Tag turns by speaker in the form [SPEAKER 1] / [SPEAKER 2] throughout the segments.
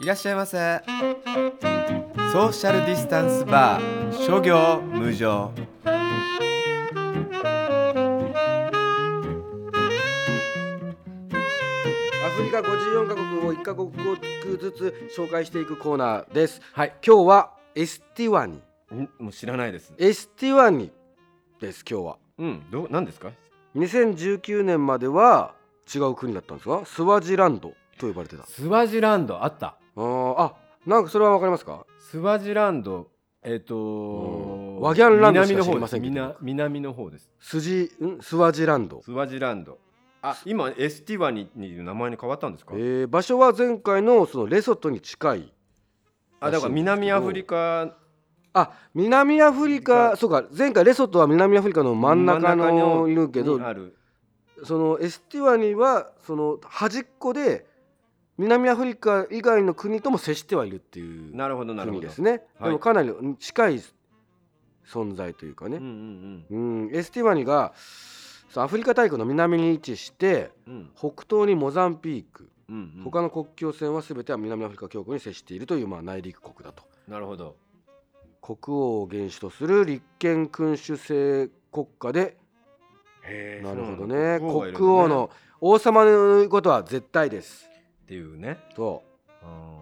[SPEAKER 1] いらっしゃいませソーシャルディスタンスバー諸行無常
[SPEAKER 2] アフリカ54カ国を1カ国ずつ紹介していくコーナーです。
[SPEAKER 1] はい
[SPEAKER 2] 今日はエスティワニ。
[SPEAKER 1] もう知らないです
[SPEAKER 2] エスティワニです、今日は。
[SPEAKER 1] うんどう何ですか
[SPEAKER 2] 2019年までは違う国だったんですが、スワジランドと呼ばれてた。あ
[SPEAKER 1] スワジランドあった
[SPEAKER 2] ーあ、なんかそれはわかりますか
[SPEAKER 1] スワジランドえっ、
[SPEAKER 2] うん
[SPEAKER 1] と
[SPEAKER 2] ワギャンランドし
[SPEAKER 1] 南の
[SPEAKER 2] か知り
[SPEAKER 1] 方
[SPEAKER 2] ま
[SPEAKER 1] で
[SPEAKER 2] せ
[SPEAKER 1] す
[SPEAKER 2] んけど
[SPEAKER 1] 南南の方です
[SPEAKER 2] スジ、んスワジランド。
[SPEAKER 1] スワジランドあ今エスティワニに名前に変わったんですか、
[SPEAKER 2] えー場所は前回のそのレソトに近い。
[SPEAKER 1] あだから南アフリカ
[SPEAKER 2] あ南アフリカ、そうか、前回レソトは南アフリカの真ん中のいるけど
[SPEAKER 1] に、ある
[SPEAKER 2] そのエスティワニはその端っこで南アフリカ以外の国とも接してはいるっていう
[SPEAKER 1] なるほどなるほ
[SPEAKER 2] 国
[SPEAKER 1] ど
[SPEAKER 2] ですね、
[SPEAKER 1] はい
[SPEAKER 2] でもかなり近い存在というか
[SPEAKER 1] うん
[SPEAKER 2] ね、
[SPEAKER 1] うん
[SPEAKER 2] うんエスティワニがそうアフリカ大陸の南に位置して
[SPEAKER 1] うんうん
[SPEAKER 2] 北東にモザンピーク
[SPEAKER 1] うんうん
[SPEAKER 2] 他の国境線は全ては南アフリカ峡谷に接しているというまあ内陸国だと
[SPEAKER 1] なるほど
[SPEAKER 2] 国王を元首とする立憲君主制国家で
[SPEAKER 1] へー
[SPEAKER 2] なるほどね
[SPEAKER 1] そうなんだ
[SPEAKER 2] 国王
[SPEAKER 1] がいるね
[SPEAKER 2] の王様の言うことは絶対です
[SPEAKER 1] っていうね
[SPEAKER 2] と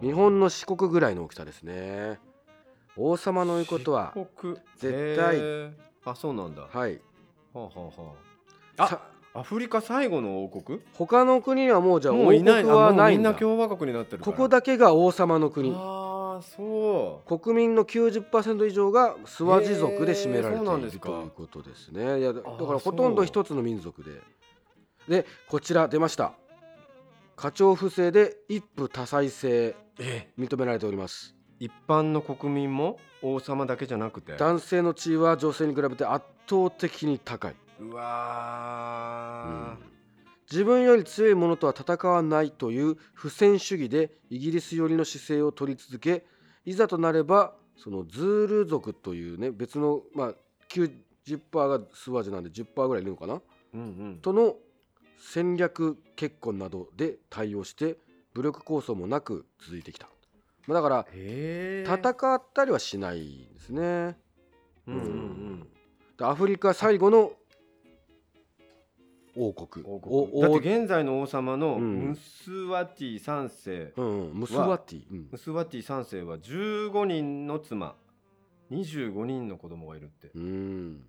[SPEAKER 1] うん
[SPEAKER 2] 日本の四国ぐらいの大きさですね王様の言うことは
[SPEAKER 1] 四国
[SPEAKER 2] 絶対
[SPEAKER 1] へーあそうなんだは
[SPEAKER 2] はい
[SPEAKER 1] あはあはあ
[SPEAKER 2] さ
[SPEAKER 1] あアフリカ最後の王国
[SPEAKER 2] 他の国はもうじゃあ王
[SPEAKER 1] もうい
[SPEAKER 2] 国
[SPEAKER 1] ないあ
[SPEAKER 2] は
[SPEAKER 1] もう
[SPEAKER 2] な
[SPEAKER 1] み
[SPEAKER 2] いん
[SPEAKER 1] んな
[SPEAKER 2] だ
[SPEAKER 1] 共和国になってるか
[SPEAKER 2] こ
[SPEAKER 1] ら
[SPEAKER 2] こだけが王様の国
[SPEAKER 1] ああそう
[SPEAKER 2] 国民の90%以上がスワジ族で占められ
[SPEAKER 1] へーそうなん
[SPEAKER 2] て
[SPEAKER 1] で
[SPEAKER 2] いる
[SPEAKER 1] す
[SPEAKER 2] と
[SPEAKER 1] か
[SPEAKER 2] いうことですねいやだだ
[SPEAKER 1] あー
[SPEAKER 2] からほとんど
[SPEAKER 1] そう
[SPEAKER 2] 一つの民族ででこちら出ました課長不正で一夫多妻制
[SPEAKER 1] え
[SPEAKER 2] 認められております
[SPEAKER 1] 一般の国民も王様だけじゃなくて
[SPEAKER 2] 男性の地位は女性に比べて圧倒的に高いう
[SPEAKER 1] わ
[SPEAKER 2] 自分より強いものとは戦わないという不戦主義でイギリス寄りの姿勢を取り続けいざとなればそのズール族というね別のまあ90%がスワジなんで10%ぐらいいるのかな
[SPEAKER 1] ーうんうん
[SPEAKER 2] との戦略結婚などで対応して武力抗争もなく続いてきたまあだから
[SPEAKER 1] へえ
[SPEAKER 2] 戦ったりはしないですね
[SPEAKER 1] うんうん
[SPEAKER 2] でアフリカ最後の王国
[SPEAKER 1] うん王
[SPEAKER 2] お
[SPEAKER 1] 国
[SPEAKER 2] お
[SPEAKER 1] だって現在の王様の
[SPEAKER 2] うん
[SPEAKER 1] ムスワティ三世
[SPEAKER 2] うんうん、ムスワティ、うん
[SPEAKER 1] ムスワティ三世は15人の妻25人の子供がいるって
[SPEAKER 2] うん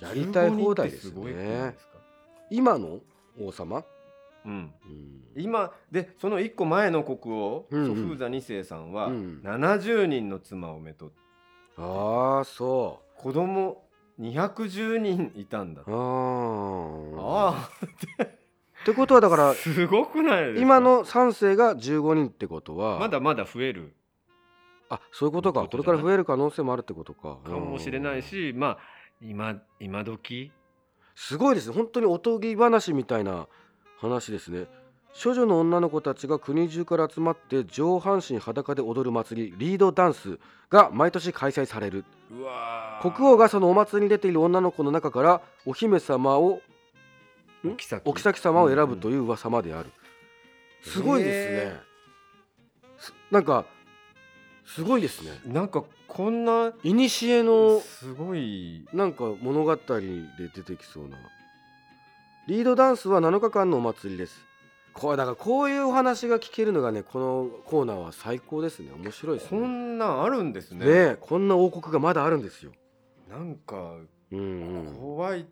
[SPEAKER 2] やりたい放題で
[SPEAKER 1] 15
[SPEAKER 2] すね
[SPEAKER 1] 人ってすごいことなんですか
[SPEAKER 2] 今の王様、
[SPEAKER 1] うん
[SPEAKER 2] うん
[SPEAKER 1] 今でその1個前の国王、
[SPEAKER 2] うんうん
[SPEAKER 1] ソフーザ2世さんは、
[SPEAKER 2] うん
[SPEAKER 1] 70人の妻をめとって
[SPEAKER 2] ああそ
[SPEAKER 1] 子供210人いたんだ
[SPEAKER 2] うああ
[SPEAKER 1] ああ
[SPEAKER 2] ってことはだから
[SPEAKER 1] すごくないですか
[SPEAKER 2] 今の3世が15人ってことは
[SPEAKER 1] まだまだ増える
[SPEAKER 2] あそういうことか
[SPEAKER 1] という
[SPEAKER 2] これ
[SPEAKER 1] ことじゃ
[SPEAKER 2] か
[SPEAKER 1] な
[SPEAKER 2] ら
[SPEAKER 1] い
[SPEAKER 2] 増える可能性もあるってことか
[SPEAKER 1] かもしれない
[SPEAKER 2] うん
[SPEAKER 1] しまあ今今時
[SPEAKER 2] すごいですね本当におとぎ話みたいな話ですね処女の女の子たちが国中から集まって上半身裸で踊る祭りリードダンスが毎年開催される
[SPEAKER 1] うわー
[SPEAKER 2] 国王がそのお祭りに出ている女の子の中からお姫様を
[SPEAKER 1] お妃
[SPEAKER 2] お妃様を選ぶという噂まである、すごいですね、
[SPEAKER 1] へ
[SPEAKER 2] すなんかすごいですね
[SPEAKER 1] なんかこんな
[SPEAKER 2] 古の
[SPEAKER 1] すごい
[SPEAKER 2] なんか物語で出てきそうなリードダンスは7日間のお祭りですこれだからこういうお話が聞けるのがねこのコーナーは最高ですね面白いです
[SPEAKER 1] こ
[SPEAKER 2] ね
[SPEAKER 1] んなんあるんですね
[SPEAKER 2] ねえこんな王国がまだあるんですよ
[SPEAKER 1] なんか
[SPEAKER 2] うんうん
[SPEAKER 1] 怖い、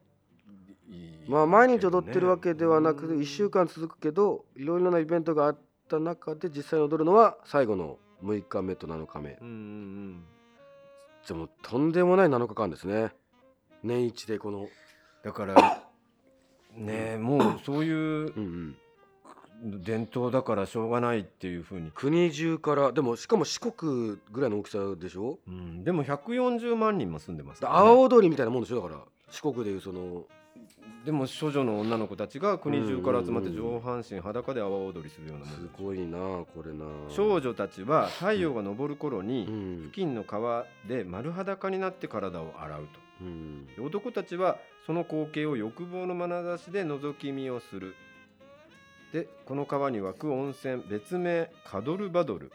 [SPEAKER 2] まあ毎日踊ってるわけではなく
[SPEAKER 1] うん
[SPEAKER 2] 1週間続くけどいろいろなイベントがあった中で実際に踊るのは最後の6日目と7日目
[SPEAKER 1] うんうん
[SPEAKER 2] でもとんでもない7日間ですね年一でこの
[SPEAKER 1] だから ねえもうそういう
[SPEAKER 2] うんうん
[SPEAKER 1] 伝統だからしょうがないっていうふうに、
[SPEAKER 2] 国中からでもしかも四国ぐらいの大きさでしょ
[SPEAKER 1] うん、でも140万人も住んでます
[SPEAKER 2] だ
[SPEAKER 1] から
[SPEAKER 2] 阿
[SPEAKER 1] ね
[SPEAKER 2] 波踊りみたいなもんでしょだから四国でいうその
[SPEAKER 1] でも処女の女の子たちが国中から集まって
[SPEAKER 2] うんうんう
[SPEAKER 1] 上半身裸で阿波踊りするようなも
[SPEAKER 2] す
[SPEAKER 1] の
[SPEAKER 2] ごいなこれな
[SPEAKER 1] 少女たちは太陽が昇る頃
[SPEAKER 2] う
[SPEAKER 1] に
[SPEAKER 2] ん
[SPEAKER 1] 付近の川で丸裸になって体を洗うと。
[SPEAKER 2] うん
[SPEAKER 1] で男たちはその光景を欲望の眼差しで覗き見をするでこの川に湧く温泉別名カドルバドル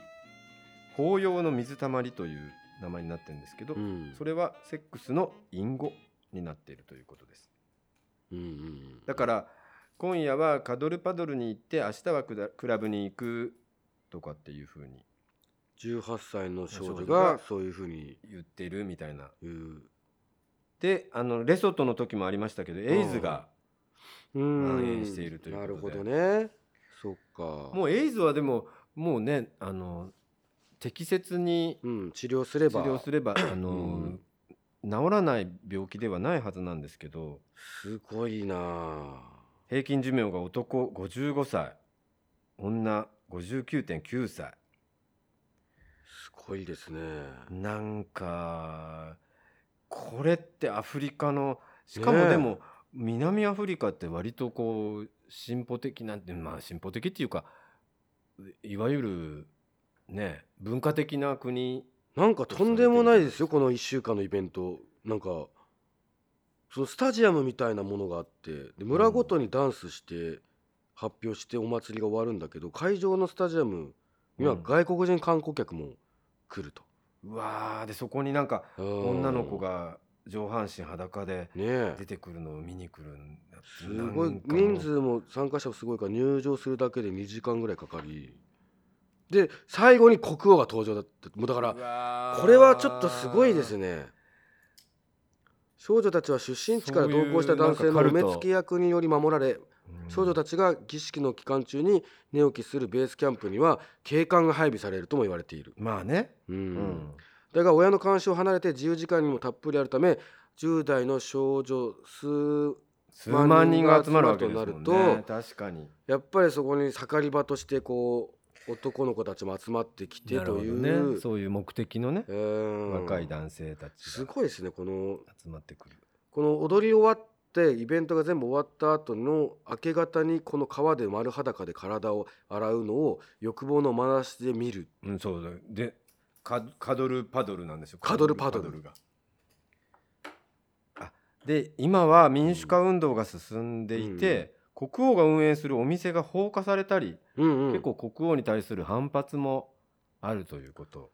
[SPEAKER 1] 紅葉の水たまりという名前になってるんですけど、
[SPEAKER 2] うん
[SPEAKER 1] それはセックスの隠語になっているということです
[SPEAKER 2] うんうん
[SPEAKER 1] だから今夜はカドルパドルに行って明日はクラクラブに行くとかっていうふうに
[SPEAKER 2] 18歳の少女
[SPEAKER 1] 少女
[SPEAKER 2] が
[SPEAKER 1] が
[SPEAKER 2] そういうふうに
[SPEAKER 1] 言ってるみたいな
[SPEAKER 2] 言う
[SPEAKER 1] であのレソトの時もありましたけどエイズが
[SPEAKER 2] 蔓
[SPEAKER 1] 蔓延しているということで
[SPEAKER 2] なるほどねそっか
[SPEAKER 1] もうエイズはでももうねあの適切に
[SPEAKER 2] う、ん、治療すれ
[SPEAKER 1] 治
[SPEAKER 2] ば
[SPEAKER 1] 療すればあの、
[SPEAKER 2] うん
[SPEAKER 1] 治らない病気ではないはずなんですけど
[SPEAKER 2] すごいなあ
[SPEAKER 1] 平均寿命が男55歳女59.9歳
[SPEAKER 2] すごいですね
[SPEAKER 1] なんかこれってアフリカのしかもでも、南アフリカって割とこう進歩的なんてまあ進歩的っていうかいわゆるね文化的な国
[SPEAKER 2] なんかとんでもないですよこの1週間のイベントなんかそのスタジアムみたいなものがあってで村ごとにダンスして発表してお祭りが終わるんだけど会場のスタジアムには
[SPEAKER 1] うん
[SPEAKER 2] 外国人観光客も来ると、
[SPEAKER 1] うわーでそこになんか
[SPEAKER 2] うん
[SPEAKER 1] 女の子が上半身裸で
[SPEAKER 2] ねえ
[SPEAKER 1] 出てくるのを見に来るんだって
[SPEAKER 2] すご
[SPEAKER 1] ないんかもう
[SPEAKER 2] 人数も参加者もすごいから入場するだけで2時間ぐらいかかりで最後に国王が登場だってもうだから
[SPEAKER 1] うわー
[SPEAKER 2] これはちょっとすごいですね少女たちは出身地から同行した男
[SPEAKER 1] そ
[SPEAKER 2] 性の
[SPEAKER 1] ういうなんかカル
[SPEAKER 2] 目
[SPEAKER 1] ト
[SPEAKER 2] 付け役により守られ
[SPEAKER 1] うん
[SPEAKER 2] 少女たちが儀式の期間中に寝起きするベースキャンプには警官が配備されるとも言われている、
[SPEAKER 1] まあね
[SPEAKER 2] う
[SPEAKER 1] うんん
[SPEAKER 2] だが親の監視を離れて自由時間にもたっぷりあるため10代の少女数
[SPEAKER 1] 数万人が集まるわけですもん
[SPEAKER 2] となる
[SPEAKER 1] ね
[SPEAKER 2] と
[SPEAKER 1] 確かに
[SPEAKER 2] やっぱりそこに盛り場としてこう男の子たちも集まってきて
[SPEAKER 1] なる
[SPEAKER 2] と
[SPEAKER 1] ほど
[SPEAKER 2] いう、
[SPEAKER 1] ねそういう目的のね
[SPEAKER 2] うん
[SPEAKER 1] 若い男性たち
[SPEAKER 2] す
[SPEAKER 1] が
[SPEAKER 2] ごいですねこの
[SPEAKER 1] 集まってくる
[SPEAKER 2] この踊り終わってイベントが全部終わった後の明け方にこの川で丸裸で体を洗うのを欲望の眼差しで見る
[SPEAKER 1] うんそうだでカカドルパドルなんですよ
[SPEAKER 2] カドルパドル
[SPEAKER 1] があで今は民主化運動が進んでいて、国王が運営するお店が放火されたり、
[SPEAKER 2] うん、うん、
[SPEAKER 1] 結構国王に対する反発もあるということ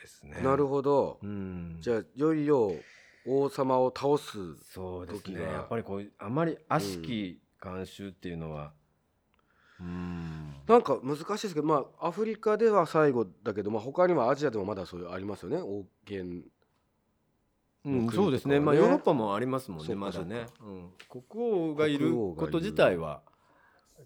[SPEAKER 1] ですね。
[SPEAKER 2] なるほど、
[SPEAKER 1] うん、
[SPEAKER 2] じゃあいよいよ王様を倒す
[SPEAKER 1] そうですね
[SPEAKER 2] 時が
[SPEAKER 1] やっぱりこうあまり悪しき慣習っていうのは、うん
[SPEAKER 2] なんか難しいですけどまあアフリカでは最後だけど、まあ、他にはアジアでもまだそういうありますよね王権
[SPEAKER 1] うん
[SPEAKER 2] 国
[SPEAKER 1] そうですね
[SPEAKER 2] と
[SPEAKER 1] ま
[SPEAKER 2] かね
[SPEAKER 1] あヨーロッパもありますもん
[SPEAKER 2] そ
[SPEAKER 1] ね
[SPEAKER 2] うか
[SPEAKER 1] まだね
[SPEAKER 2] そ、
[SPEAKER 1] うん国王がいる
[SPEAKER 2] 国王がいる
[SPEAKER 1] こと自体は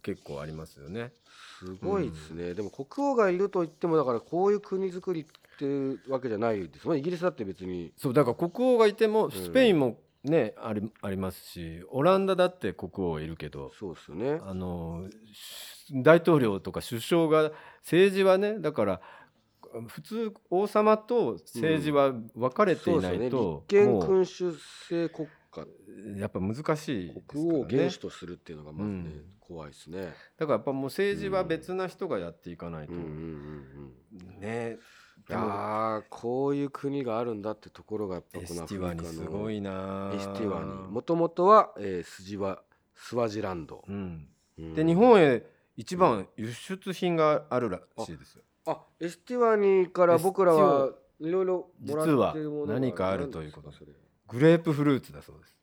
[SPEAKER 1] 結構ありますよね。
[SPEAKER 2] すごいですね、でも国王がいると言ってもだからこういう国づくりっていうわけじゃないですもんねイギリスだって別に
[SPEAKER 1] そうだから国王がいても
[SPEAKER 2] ん
[SPEAKER 1] スペインもね、ありありますしオランダだって国王いるけど
[SPEAKER 2] そうですよね
[SPEAKER 1] あのし大統領とか首相が政治はねだから普通王様と政治は分かれて
[SPEAKER 2] そ
[SPEAKER 1] いう
[SPEAKER 2] で
[SPEAKER 1] な
[SPEAKER 2] すよね
[SPEAKER 1] いと、
[SPEAKER 2] 立憲
[SPEAKER 1] も
[SPEAKER 2] 君主制国家
[SPEAKER 1] うやっぱ難しいですから
[SPEAKER 2] 国王を元
[SPEAKER 1] ね
[SPEAKER 2] 首とするっていうのがまず
[SPEAKER 1] う
[SPEAKER 2] ね、
[SPEAKER 1] ん
[SPEAKER 2] 怖いですね。
[SPEAKER 1] だからやっぱもう政治は別な人がやっていかないと、
[SPEAKER 2] うんうんうん
[SPEAKER 1] ね
[SPEAKER 2] うん、ああこういう国があるんだってところがやっぱ
[SPEAKER 1] エ
[SPEAKER 2] この
[SPEAKER 1] ス
[SPEAKER 2] ア
[SPEAKER 1] テ
[SPEAKER 2] フ
[SPEAKER 1] ィ
[SPEAKER 2] リ
[SPEAKER 1] ワ
[SPEAKER 2] カ
[SPEAKER 1] ニす
[SPEAKER 2] の
[SPEAKER 1] ごいな
[SPEAKER 2] エスティワニもともとは、えー、筋はスワジランド、
[SPEAKER 1] うん、
[SPEAKER 2] うん
[SPEAKER 1] で日本へ一番輸出品があるらしいですよ
[SPEAKER 2] あエスティワニから僕らはいろいろもらってる
[SPEAKER 1] 実は
[SPEAKER 2] ものが
[SPEAKER 1] 何かあるということ
[SPEAKER 2] 何ですかそ
[SPEAKER 1] グレープフルーツだそうです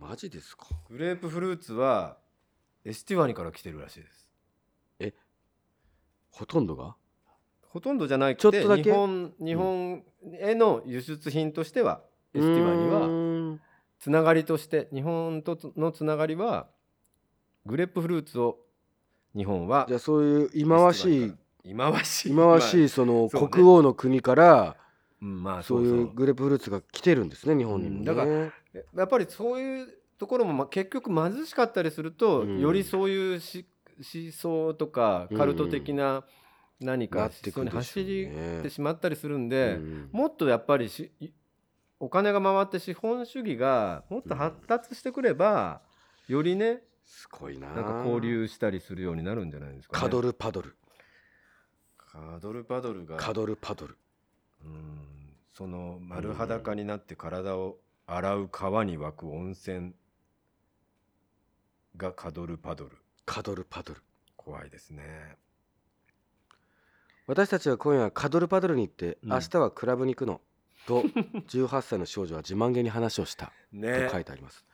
[SPEAKER 2] れマジですか
[SPEAKER 1] グレープフルーツはエスティワニから来てるらしいです
[SPEAKER 2] ほとんどが
[SPEAKER 1] ほとんどじゃない
[SPEAKER 2] ちょ
[SPEAKER 1] く
[SPEAKER 2] っと
[SPEAKER 1] て
[SPEAKER 2] だ
[SPEAKER 1] 日
[SPEAKER 2] け
[SPEAKER 1] 本日本への輸出品としては、エスティワニは
[SPEAKER 2] は
[SPEAKER 1] つながりとして日本とつのつながりはグレープフルーツを日本は
[SPEAKER 2] じゃあそういう忌まわしい
[SPEAKER 1] 忌まわしい
[SPEAKER 2] 忌まわ
[SPEAKER 1] ま
[SPEAKER 2] しいその
[SPEAKER 1] そうね
[SPEAKER 2] 国王の国から
[SPEAKER 1] あうんまあ
[SPEAKER 2] そ
[SPEAKER 1] そううそう
[SPEAKER 2] いうグレープフルーツが来てるんですね日本にもね。
[SPEAKER 1] だからやっぱりそういうところも、まあ、結局貧しかったりすると、
[SPEAKER 2] うん
[SPEAKER 1] よりそういうし思想とかカルト的な何
[SPEAKER 2] な
[SPEAKER 1] か
[SPEAKER 2] って
[SPEAKER 1] 思
[SPEAKER 2] く
[SPEAKER 1] 想
[SPEAKER 2] る
[SPEAKER 1] に
[SPEAKER 2] でしょうね
[SPEAKER 1] 走ってしまったりするんで、
[SPEAKER 2] うん
[SPEAKER 1] もっとやっぱりしいお金が回って資本主義がもっと発達してくれば、よりね
[SPEAKER 2] すごいな。
[SPEAKER 1] なんか交。流したりするようになるんじゃないですか、ね、
[SPEAKER 2] カドルパドル、
[SPEAKER 1] カドルパドルが
[SPEAKER 2] カドルパドル。
[SPEAKER 1] うんその丸裸になって体を洗う川に湧く温泉がカドルパドル
[SPEAKER 2] カドルパドル。
[SPEAKER 1] 怖いですね。
[SPEAKER 2] 私たちは今夜はカドルパドルに行って、
[SPEAKER 1] うん
[SPEAKER 2] 明日はクラブに行くの と18歳の少女は自慢げに話をしたと
[SPEAKER 1] ね
[SPEAKER 2] 書いてあります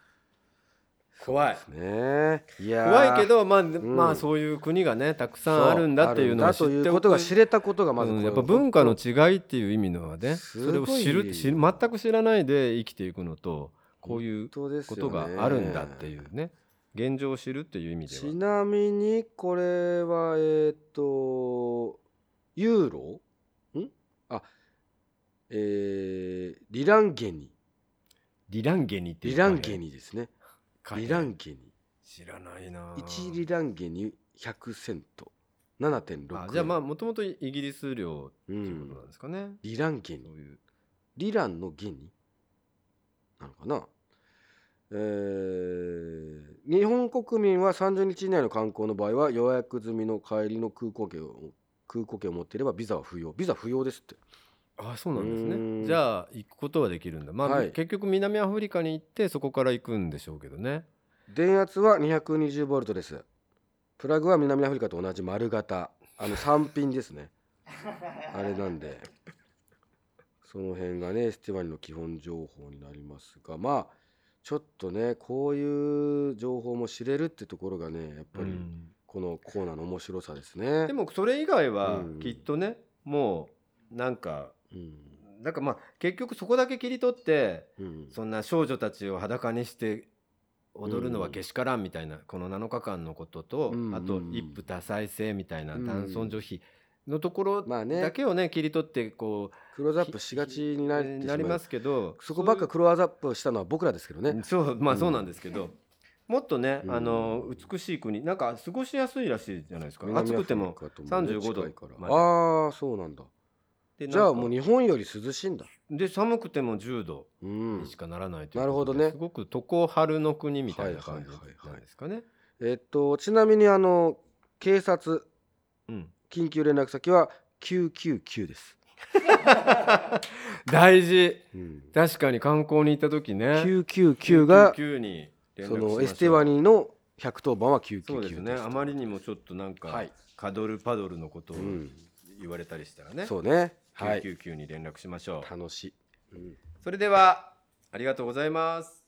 [SPEAKER 1] 怖い。
[SPEAKER 2] ねえいやー
[SPEAKER 1] 怖いけど、まあ、
[SPEAKER 2] ん
[SPEAKER 1] まあそういう国がねたくさ
[SPEAKER 2] そ
[SPEAKER 1] んあるんだっていうの
[SPEAKER 2] あ
[SPEAKER 1] を
[SPEAKER 2] るんだ
[SPEAKER 1] 知っ
[SPEAKER 2] とい
[SPEAKER 1] て
[SPEAKER 2] う
[SPEAKER 1] お
[SPEAKER 2] こ
[SPEAKER 1] く
[SPEAKER 2] とが知れたことがまず
[SPEAKER 1] う
[SPEAKER 2] こ
[SPEAKER 1] ん、
[SPEAKER 2] れ
[SPEAKER 1] やっぱ文化の違いっていう意味のはね
[SPEAKER 2] す
[SPEAKER 1] そ
[SPEAKER 2] ごい
[SPEAKER 1] れを知る知る全く知らないで生きていくのとこういう
[SPEAKER 2] 本当です
[SPEAKER 1] こ
[SPEAKER 2] よね
[SPEAKER 1] とがあるんだっていうね現状を知るっていう意味で
[SPEAKER 2] ち
[SPEAKER 1] は
[SPEAKER 2] なみにこれはえっ、とユーロんあえー、リランゲニ
[SPEAKER 1] リランゲニっていう
[SPEAKER 2] リランゲ
[SPEAKER 1] ニ
[SPEAKER 2] ニですねリランゲニ
[SPEAKER 1] 知らないな
[SPEAKER 2] 1リランゲニ100セント7.6
[SPEAKER 1] あ
[SPEAKER 2] 円
[SPEAKER 1] じゃあまあもともとイギリス領
[SPEAKER 2] う
[SPEAKER 1] っていうこと
[SPEAKER 2] ん
[SPEAKER 1] なんですかね、
[SPEAKER 2] リランゲ
[SPEAKER 1] そ
[SPEAKER 2] ニ
[SPEAKER 1] ういう
[SPEAKER 2] リランのゲニなのかなえー日本国民は30日以内の観光の場合は予約済みの帰りの空港券を空港券を持っていればビザは不要ビザ不要ですって
[SPEAKER 1] あそうなんです
[SPEAKER 2] うーん
[SPEAKER 1] ねじゃあ行くことはできるんだまあ、
[SPEAKER 2] はい
[SPEAKER 1] 結局南アフリカに行ってそこから行くんでしょうけどね
[SPEAKER 2] 電圧は220ボルトですプラグは南アフリカと同じ丸型あの3品ですねあれなんでその辺がねエスティバニの基本情報になりますがまあちょっとねこういう情報も知れるってところがねやっぱり
[SPEAKER 1] うん
[SPEAKER 2] このコーナーの面白さですね
[SPEAKER 1] で、もそれ以外は
[SPEAKER 2] うん
[SPEAKER 1] きっとね、もうなんか
[SPEAKER 2] うん
[SPEAKER 1] なんかまあ結局そこだけ切り取って
[SPEAKER 2] うん、
[SPEAKER 1] そんな少女たちを裸にして踊るのは
[SPEAKER 2] うん
[SPEAKER 1] けしからんみたいな、この7日間のことと、
[SPEAKER 2] うん
[SPEAKER 1] あ
[SPEAKER 2] う
[SPEAKER 1] と
[SPEAKER 2] ん
[SPEAKER 1] 一夫多妻制みたいな
[SPEAKER 2] うん
[SPEAKER 1] 男尊女卑のところ
[SPEAKER 2] まあね
[SPEAKER 1] だけをね切り取ってこう
[SPEAKER 2] クローズアップしがちになってしまう
[SPEAKER 1] なりますけど
[SPEAKER 2] そこばっかクローズアップしたのは僕らですけどね、
[SPEAKER 1] そうま
[SPEAKER 2] う
[SPEAKER 1] あ
[SPEAKER 2] ん
[SPEAKER 1] そうなんですけど、もっとね、
[SPEAKER 2] うん
[SPEAKER 1] あの美しい国なんか過ごしやすいらしいじゃないですか暑くても35度まで
[SPEAKER 2] ああーそうなんだ
[SPEAKER 1] で
[SPEAKER 2] じゃあもう
[SPEAKER 1] なんか
[SPEAKER 2] 日本より涼しいんだ
[SPEAKER 1] で寒くても10度
[SPEAKER 2] うん
[SPEAKER 1] にしかならないということで、
[SPEAKER 2] なるほどね
[SPEAKER 1] すごく渡航春の国みたいな感じ
[SPEAKER 2] はいはいはいはい
[SPEAKER 1] なんですかね。
[SPEAKER 2] えっとちなみにあの警察
[SPEAKER 1] うん、
[SPEAKER 2] 緊急連絡先は999です、
[SPEAKER 1] 大事
[SPEAKER 2] うん、
[SPEAKER 1] 確かに観光に行った時ね
[SPEAKER 2] 999が
[SPEAKER 1] 999に連絡し
[SPEAKER 2] そ
[SPEAKER 1] ましょ
[SPEAKER 2] の
[SPEAKER 1] う
[SPEAKER 2] エステワニの110番は999
[SPEAKER 1] そうですねあまりにもちょっとなんか、
[SPEAKER 2] はい
[SPEAKER 1] カドルパドルのことを
[SPEAKER 2] うん
[SPEAKER 1] 言われたりしたらね、
[SPEAKER 2] そうねはい
[SPEAKER 1] 999に連絡しましょう、
[SPEAKER 2] 楽しい、うん
[SPEAKER 1] それではありがとうございます